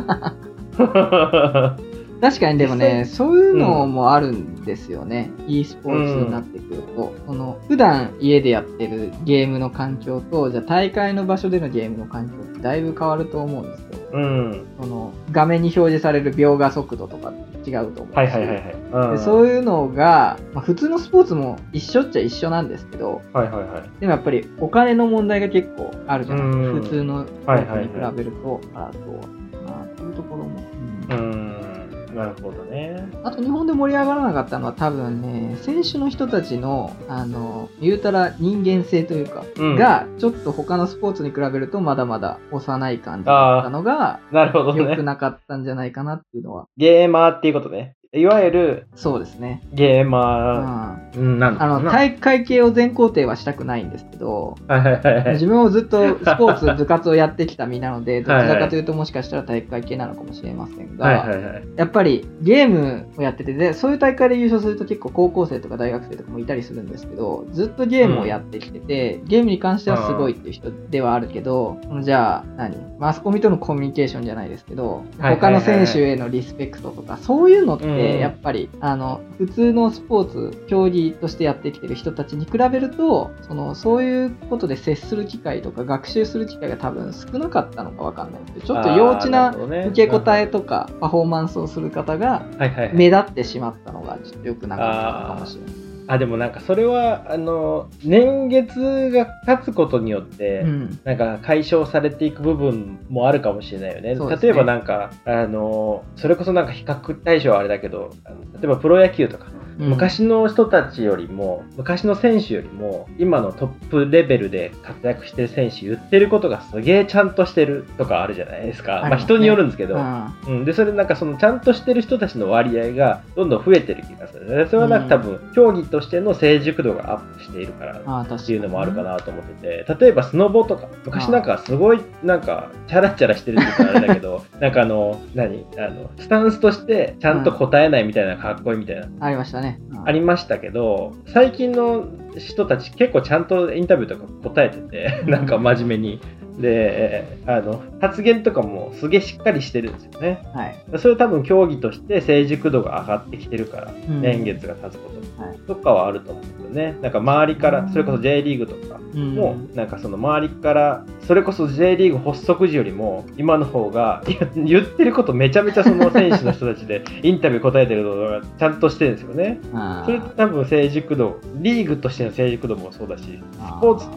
A: な。
B: 確かにでもね、そういうの
A: う
B: もあるんですよね。e スポーツになってくると。その普段家でやってるゲームの環境と、じゃあ大会の場所でのゲームの環境ってだいぶ変わると思うんですよ。
A: うん。
B: その画面に表示される描画速度とか違うと思うし
A: はいはいはいはい。
B: でそう
A: い
B: いうのが、まあ、普通のスポーツも一緒っちゃ一緒なんですけど
A: うん。はいはいはい。
B: でもやっぱりお金の問題が結構あるじゃないです
A: う
B: か
A: ん
B: 普通のスポ
A: はいは
B: ー
A: い
B: ツに比べると、あとはあというところも、うん
A: うーん、なるほどね。
B: あと日本で盛り上がらなかったのは多分ね選手の人たちのあの言うたら人間性というか、
A: うん
B: がちょっと他のスポーツに比べるとまだまだ幼い感じだったのが
A: なるほど
B: 良く
A: ね。
B: なかったんじゃないかなっていうのは
A: ゲーマーっていうことね。いわゆる
B: そうですね。
A: ゲー
B: うん。
A: マー、
B: あ
A: うん、なんだろう
B: の、
A: な
B: 体育会系を全肯定はしたくないんですけど、
A: はいはいはいはい
B: 自分もずっとスポーツ、部活をやってきた身なので、ど
A: はい
B: ちらかというともしかしたら体育会系なのかもしれませんが、
A: はいはいはい
B: やっぱりゲームをやっててで、そういう大会で優勝すると結構高校生とか大学生とかもいたりするんですけど、ずっとゲームをやってきてて、ゲームに関してはすごいっていう人ではあるけど、じゃあ何、マスコミとのコミュニケーションじゃないですけど、
A: はいはいはい
B: 他の選手へのリスペクトとか、そういうのっ
A: うん
B: てやっぱり、あの、普通のスポーツ、競技としてやってきてる人たちに比べると、その、そういうことで接する機会とか学習する機会が多分少なかったのかわかんないですけど、ちょっと幼稚
A: あー
B: な
A: るほどね
B: 受け答えとかパフォーマンスをする方が
A: うんはいはいはい
B: 目立ってしまったのがちょっと良くなかったのかもしれない。
A: あでもなんかそれはあの年月が経つことによって、
B: うん
A: なんか解消されていく部分もあるかもしれないよね。
B: そうです
A: 例
B: ね
A: えばなんかあのそれこそなんか比較対象はあれだけど、あの例えばプロ野球とか、
B: うん
A: 昔の人たちよりも昔の選手よりも今のトップレベルで活躍してる選手言ってることがすげえちゃんとしてるとかあるじゃないですか。
B: ありますね
A: まあ人によるんですけど。
B: うん
A: うん、でそれなんかそのちゃんとしてる人たちの割合がどんどん増えてる気がするねそれはなんか多分、競技としての成熟度がアップしているからっ
B: ああ確かに
A: ていうのもあるかなと思ってて例えばスノボとか昔なんかすごいなんかチャラチャラしてるって言ったらあれだけど なんかあの何あのスタンスとしてちゃんと答えないみたいなかっこいいみたいな
B: ありましたね。うん
A: ありましたけど最近の人たち結構ちゃんとインタビューとか答えててなんか真面目に。であの発言とかもすげえしっかりしてるんですよね。
B: はい。
A: それ多分競技として成熟度が上がってきてるから、
B: うん
A: 年月が経つこと、
B: はい
A: とかはあると思うんだよねなんか周りからそれこそ J リーグとか
B: うん
A: も、なんかその周りからそれこそ J リーグ発足時よりも今の方がいや言ってることめちゃめちゃその選手の人たちでインタビュー答えてるのがちゃんとしてるんですよね
B: あー
A: それ多分成熟度リーグとしての成熟度もそうだし
B: あ
A: ポーツ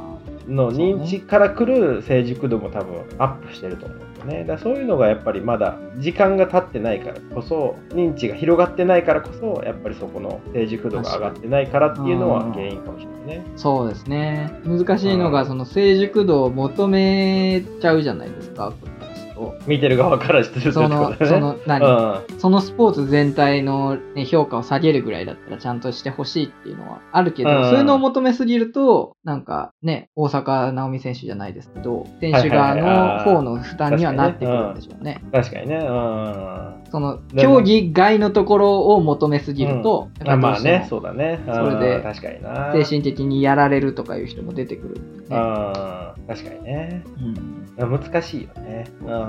A: の認知からくる成熟度も多分アップしてると思うんだよね。だからそういうのがやっぱりまだ時間が経ってないからこそ認知が広がってないからこそやっぱりそこの成熟度が上がってないからっていうのは
B: 確か
A: 原
B: に
A: 因かもしれないね。
B: そうですね。難しいの
A: う
B: が
A: ん
B: その成熟度を求めちゃうじゃないですか。こっちと
A: 見てる側からしてると
B: その その何、
A: うん
B: そのスポーツ全体の、ね、評価を下げるぐらいだったらちゃんとしてほしいっていうのはあるけど、
A: うん
B: そういうのを求めすぎると、なんかね、大坂なおみ選手じゃないですけど、選手側
A: はいはいはいあ
B: の
A: ー
B: 方の負担にはなってくるんでしょうね。
A: 確かにね。うん
B: その
A: でも
B: 競技外のところを求めすぎると、やっぱ
A: あ
B: り
A: ま
B: どう
A: あ
B: しても
A: ね、そうだね。うん
B: それで
A: 確かにな。
B: 精神的にやられるとかいう人も出てくる、ね
A: うん確かにね。
B: うん
A: 難しいよね。うん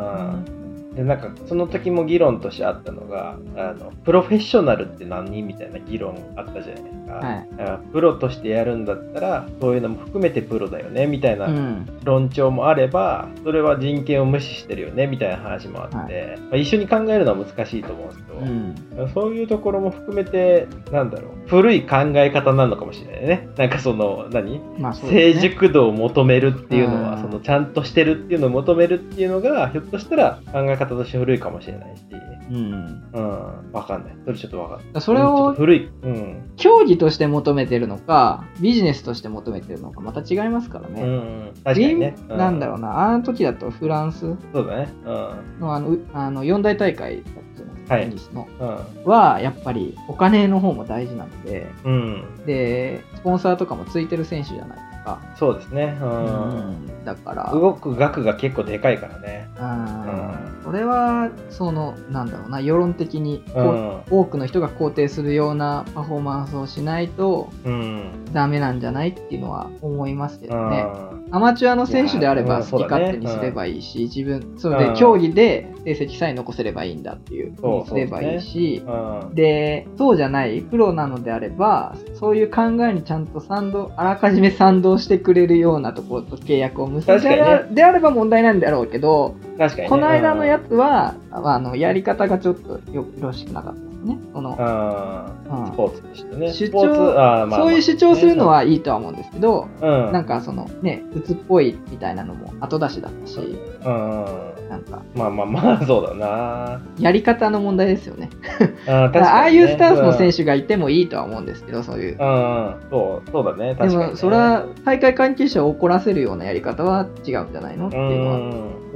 A: でなんかその時も議論としてあったのがあのプロフェッショナルって何みたいな議論あったじゃないですか,、
B: はい
A: だからプロとしてやるんだったらそういうのも含めてプロだよねみたいうなん論調もあれば、それは人権を無視してるよねみたいな話もあって、まあ、一緒に考えるのは難しいと思うんですけど、
B: うん
A: そういうところも含めてなんだろう古い考え方なのかもしれないねなんかその何
B: まあそう
A: 成
B: ですね
A: 熟度を求めるっていうのは、
B: うん
A: そのちゃんとしてるっていうのを求めるっていうのがひょっとしたら考え方として古いかもしれないし、
B: うん
A: うん、わかんないそれちょっとわかんない
B: それ
A: ちょっと
B: を
A: 古い、うん
B: 競技として求めてるのかビジネスとして求めてるのかまた違いますから
A: う
B: ね、
A: ん、確かにね、
B: 人なんだろう
A: う
B: な、あの時だとフランス
A: そうだねうん
B: のあのうあの四大大会だったじゃないですか、
A: はい
B: テニスの。
A: うん
B: は、やっぱりお金の方も大事なので、
A: うん
B: で、スポンサーとかもついてる選手じゃないですか。
A: そうですねうん、
B: だから、
A: 動く額が結構でかいからね
B: うんそれは、その、なんだろうな、世論的に、
A: う
B: こ
A: ん、
B: う多くの人が肯定するようなパフォーマンスをしないと
A: うん
B: ダメなんじゃないっていうのは思いますけ
A: う
B: どね。
A: ん
B: アマチュアの選手であれ
A: いや
B: ば
A: ーうん
B: 好き勝手に
A: そうだね
B: すればいいし、自分、そうれ
A: ん
B: で競技で成績さえ残せればいいんだっていうふう
A: そう
B: にすればいいし、
A: うん
B: で、そうじゃない、プロなのであれば、そういう考えにちゃんと賛同、あらかじめ賛同してくれるようなところと契約を結んで
A: 確か
B: あ
A: に
B: れであれば問題なんだろうけど、
A: 確かに、ね、
B: この間のやつは、あの、やり方がちょっとよよろしくなかったですね。その、
A: うん
B: うん
A: スポーツとしてね
B: 主張
A: スポーツあーまあまあ
B: そういう主張するのはいいとは思うんですけど、
A: うん
B: なんかそのね、鬱っぽいみたいなのも後出しだったし、
A: うん
B: なんか、
A: まあまあまあそうだな
B: やり方の問題ですよね。
A: あー確かにね
B: ああいうスタンスの選手がいてもいいとは思うんですけど、そういう
A: う。ん、うん、そうそうだね
B: で
A: 確かにね、
B: も、それは大会関係者を怒らせるようなやり方は違うんじゃないのっ
A: う
B: ていうのは
A: ん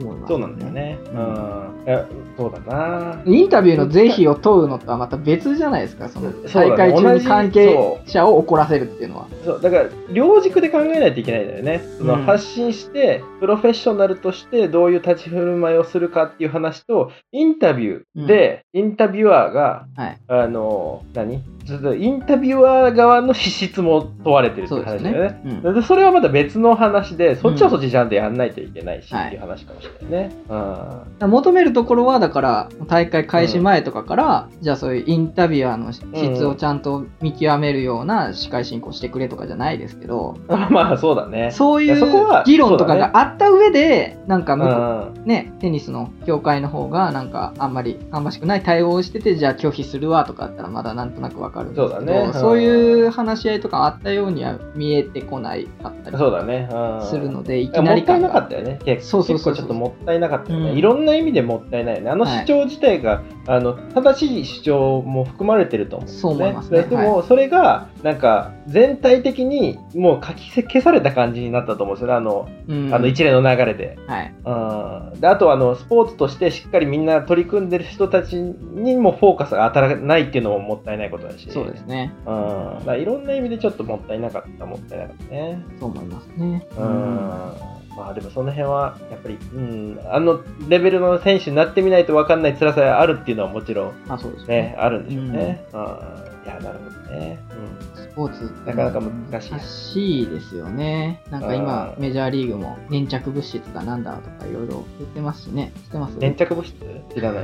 B: 思います、
A: そうなんだよね。うん。あそうだな。
B: インタビューの是非を問うのとはまた別じゃないですか、その
A: そう
B: 大
A: だね
B: 会中に関係
A: 同
B: 者を怒らせるっていうのは。
A: そうだから両軸で考えないといけないんだよね。その
B: うん
A: 発信して、プロフェッショナルとしてどういう立ち振る舞いをするかっていう話と、インタビューで、インタビュアーが、
B: はい
A: あの、何ちょっとインタビュアー側の資質も問われてるって
B: そうで
A: 話
B: す
A: だ
B: ね
A: よね。。
B: うん
A: でそれはまた別の話で、そっちはそっちちゃんとやんないといけないし、
B: うん
A: っていう話かもしれないね。うん
B: 求めるところはだから大会開始前とかから、じゃあそういうインタビュアーの質をちゃんと見極めるような司会進行してくれとかじゃないですけど、
A: まあそうだね。
B: そうい
A: いやそこ
B: う
A: は
B: 議論とか
A: そうだね
B: があった上で、なんか
A: う、
B: 向こうんね、テニスの協会の方がなんかあんまり芳しくない対応をしててじゃあ拒否するわとかあったらまだなんとなくわかるんですけど
A: そうだね
B: そういう話し合いとかあったようには見えてこないかったり
A: そうだね。うん
B: するのでい
A: いや
B: き
A: も
B: な
A: っ
B: り
A: たい
B: 感
A: な
B: が
A: かったよね結
B: そう
A: 構
B: そう
A: 結
B: そう
A: 構
B: そ
A: ち
B: う
A: ょっともったいなかったよね、
B: うん
A: いろんな意味でもったいないよねあの
B: はい
A: 主張自体が、あの正しい主張も含まれてると思うんです
B: そう思いますね
A: ででも、それがなんか全体的にもう書き消された感じになったと思うんですよねあの,、
B: うん
A: あの一連の流れで。
B: はい
A: うん、であとはあのスポーツとしてしっかりみんな取り組んでる人たちにもフォーカスが当たらないっていうのももったいないことだし
B: そうですね
A: うん、だからいろんな意味でちょっともったいなかったもったいなかったね。
B: そう思いますね
A: うんまあでもその辺はやっぱり、うん、あのレベルの選手になってみないと分かんない辛さがあるっていうのはもちろん
B: まあそうですね
A: ねあるんでしょうね。あーいやなるほどね。
B: スポーツ
A: なかなか難しい
B: 難しいですよねなんか今
A: うん
B: メジャーリーグも粘着物質がなんだとかいろいろ言ってますしね知ってます
A: うん、粘着物質知 らない。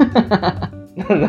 A: な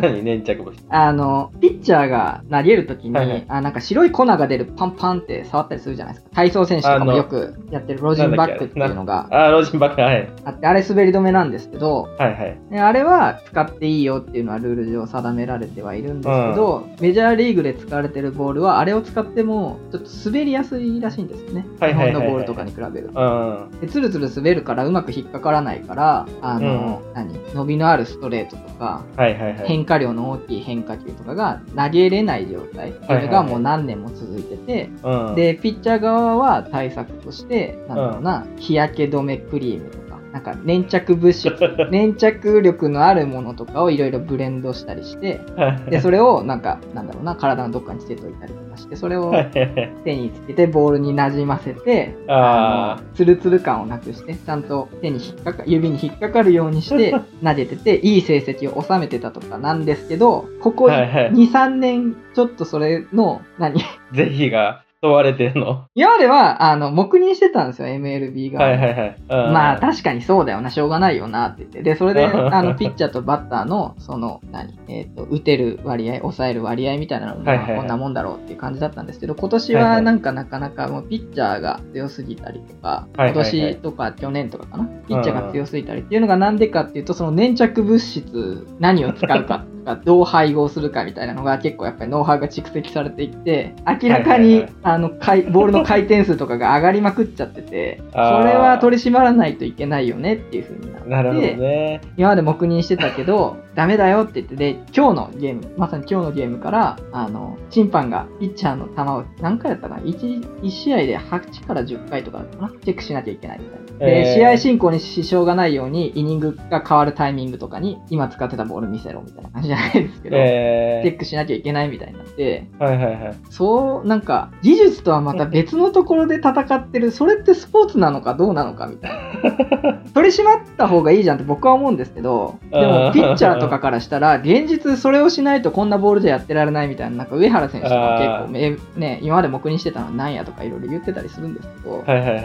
A: 何粘着物質
B: あの、ピッチャーが投げるときに、
A: はいはい
B: あ、なんか白い粉が出るパンパンって触ったりするじゃないですか。体操選手とかもよくやってるロジンバックっていうのが
A: あー老人ばっかはい
B: あって、あれ滑り止めなんですけど、
A: はいはい。
B: であれは使っていいよっていうのはルール上定められてはいるんですけど、メジャーリーグで使われてるボールは、あれを使っても、ちょっと滑りやすいらしいんですよね。
A: はい
B: 日
A: はいはいはい
B: 本のボールとかに比べると。
A: うん
B: でつるつる滑るからうまく引っかからないから、あの、何伸びのあるストレートとか、
A: はいはいはい。
B: 変化量の大きい変化球とかが投げれない状態っていうのがもう何年も続いてて、
A: うん、
B: でピッチャー側は対策としてなんだろうな、日焼け止めクリームとかなんか粘 着物質粘着力のあるものとかをいろいろブレンドしたりしてでそれをなんかなんだろうな体のどっかにつけといたりとかしてそれを
A: はいはいはい
B: 手につけてボールになじませて
A: あ
B: のツルツル感をなくしてちゃんと手に引っかか指に引っかかるよう にして投げてていい成績を収めてたとかなんですけどここ
A: はいはい
B: 23年ちょっとそれの何
A: ー是非が問われてるの。
B: 今まではあの黙認してたんですよ MLB が。
A: はいはいはい。うん
B: まあ確かにそうだよな、しょうがないよなって言って。で、それ で、
A: うん
B: あの、ピッチャーとバッターの、その、何、えっ、と、打てる割合、抑える割合みたいなのも、ま
A: はい
B: あ
A: はいはい
B: こんなもんだろうっていう感じだったんですけど、今年
A: はいは
B: はいなんかなかなかもうピッチャーが強すぎたりとか、
A: はいはいはい
B: 今年とか去年とかかな、ピッチャーが強すぎたりっていうのがなんでかっていうと、その粘着物質、何を使うかと か、どう配合するかみたいなのが結構やっぱりノウハウが蓄積されていって、明らか
A: はいはい
B: に
A: はい、
B: あの、かいボールの回転数とかが上がりまくっちゃってて、それ
A: あー
B: は取り締まらないといけないよねっていう風になって
A: なるほどね。
B: 今まで黙認してたけど ダメだよって言ってで今日のゲームまさに今日のゲームからあの審判がピッチャーの球を何回だったかな 1, 1試合で8から10回とかだったかなチェックしなきゃいけないみたいな、で
A: えー
B: 試合進行に支障がないようにイニングが変わるタイミングとかに今使ってたボール見せろみたいな感じじゃないですけど、
A: え
B: チェックしなきゃいけないみたいになって
A: ー、はいはいはい。
B: そう、なんか、技術とはまた別のところで戦ってる、それってスポーツなのかどうな のかみたいな。取り締まった方がいいじゃんって僕は思うんですけど、で
A: う
B: も
A: ん、
B: ピッチャーとかからしたら、現実それをしないとこんなボールじゃやってられないみたいな、なんか上原選手とか
A: あー
B: 結構め、ね、今まで黙認してたのはなんやとかいろいろ言ってたりするんですけど、
A: はいはいはい。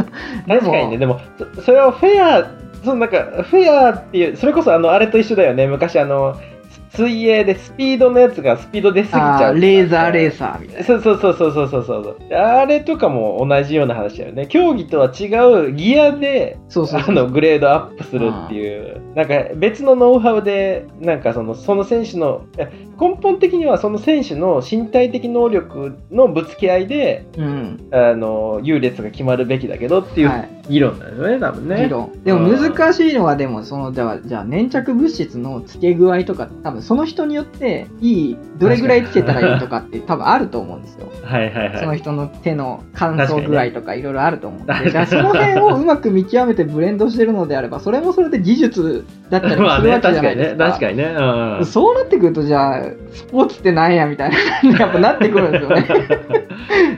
B: でも
A: 確かにね、でも、そそれはフェア、そのなんか、フェアっていう、それこそあの、あれと一緒だよね、昔あの、す水泳でスピードのやつがスピード出すぎち
B: あ
A: ゃ
B: ー
A: う。
B: レーザーレーサーみたいな。
A: そうそうそうそうそうそうそう。あれとかも同じような話だよね。競技とは違うギアで、
B: そうそう
A: あ
B: そう。
A: の、グレードアップするっていう、なんか別のノウハウで、なんかその、その選手の、いや根本的にはその選手の身体的能力のぶつけ合いで、
B: うん。
A: あの優劣が決まるべきだけどっていう、
B: はい
A: 議論なんですよね、多分ね。
B: 議論。でも難しいのは、でも、その、じゃあ、じゃあ粘着物質の付け具合とか、多分その人によって、いい、どれぐらいつけたらいいとかって、多分あると思うんですよ。
A: はいはい
B: そ
A: は
B: の
A: い。
B: 人の手の乾燥具合とかいろいろあると思うんで、
A: 確かにね
B: だからその辺をうまく見極めてブレンドしてるのであれば、それもそれで技術だったりも
A: ますあ
B: るわ
A: ね、
B: けじ
A: 確
B: ゃ
A: か
B: ない
A: に
B: で
A: ね
B: す、か。
A: 確かにね。うんうん
B: そうなってくると、じゃあ、スポーツってなんやみたいな、やっぱなってくるんですよ ね。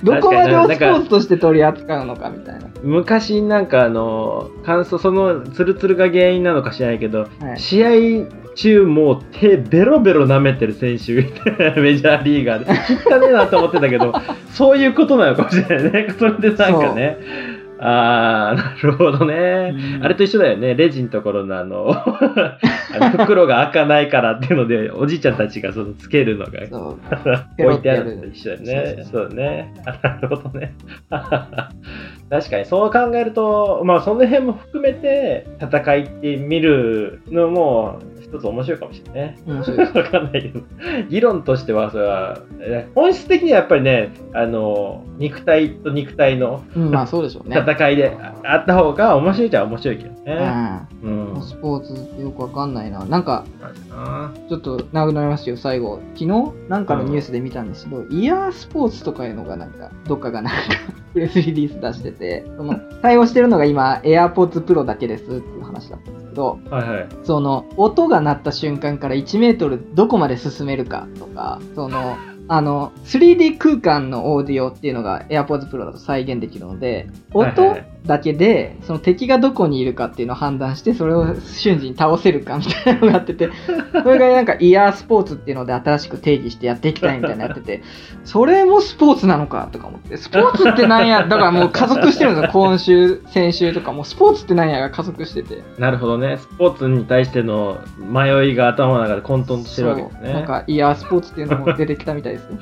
B: どこまでをスポーツとして取り扱うのかみたいな。
A: 昔なんかあの、乾燥、そのツルツルが原因なのか知らないけど、
B: はい
A: 試合中もう手ベロベロ舐めてる選手 がいてメジャーリーガーで汚ねえなと思ってたけ どそういうことなのかもしれないねそれでなんかねああなるほどね、あれと一緒だよねレジのところのあの あの袋が開かないからっていうのでおじいちゃんたちがそのつけるのが
B: そうペロ
A: 置い
B: って
A: て
B: や
A: あ
B: る
A: るのと一緒だよ
B: そ
A: ねそ
B: うそ
A: うね あなるほどね確かにそう考えるとまあその辺も含めて戦いって見るのも一つ面白いかもしれないね
B: 面白いです
A: わかんないけど、議論としては、それは、え本質的にはやっぱりね、あの、肉体と肉体の
B: うんまあそうでしょうね。
A: 戦いでああった方が面白いじゃ面白いけどね。う
B: うんん、。スポーツよくわかんないな。なんか、
A: あ
B: ちょっとなくなりますよ、最後。昨日なんかのニュースで見たんですけど、イヤースポーツとかいうのがなんか、どっかが なんか、プレスリリース出してて、その、対応してるのが今、AirPods Pro だけですっていう話だったんですけど、
A: ーはいはい。
B: その、音が鳴った瞬間から1メートルどこまで進めるかとか、その、あの、3D 空間のオーディオっていうのが AirPods Pro だと再現できるので、
A: はいは
B: 音
A: い
B: だけで、その敵がどこにいるかっていうのを判断して、それを瞬時に倒せるかみたいなのがやってて、それがなんかイヤースポーツっていうので新しく定義してやっていきたいみたいなのやってて、それもスポーツなのかとか思って、スポーツってなんや、だからもう加速してるんですよ、今週、先週とか、もうスポーツってなんやが加速してて。
A: なるほどね。スポーツに対しての迷いが頭の中で混沌としてるわけです
B: そうなん
A: ね。
B: かイヤースポーツっていうのも出てきたみたいです ね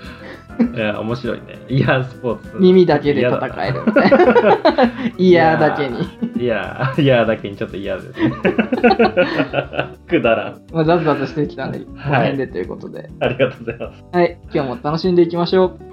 A: いや、面白いね。イヤースポーツ。
B: 耳だけで戦えるみたいな イヤーだけに
A: いや、いやだけにちょっと嫌ですね。 くだらん。
B: まあザズザズしてきたんでこの
A: はい
B: 辺でということで
A: ありがとうございます。
B: はい今日も楽しんでいきましょう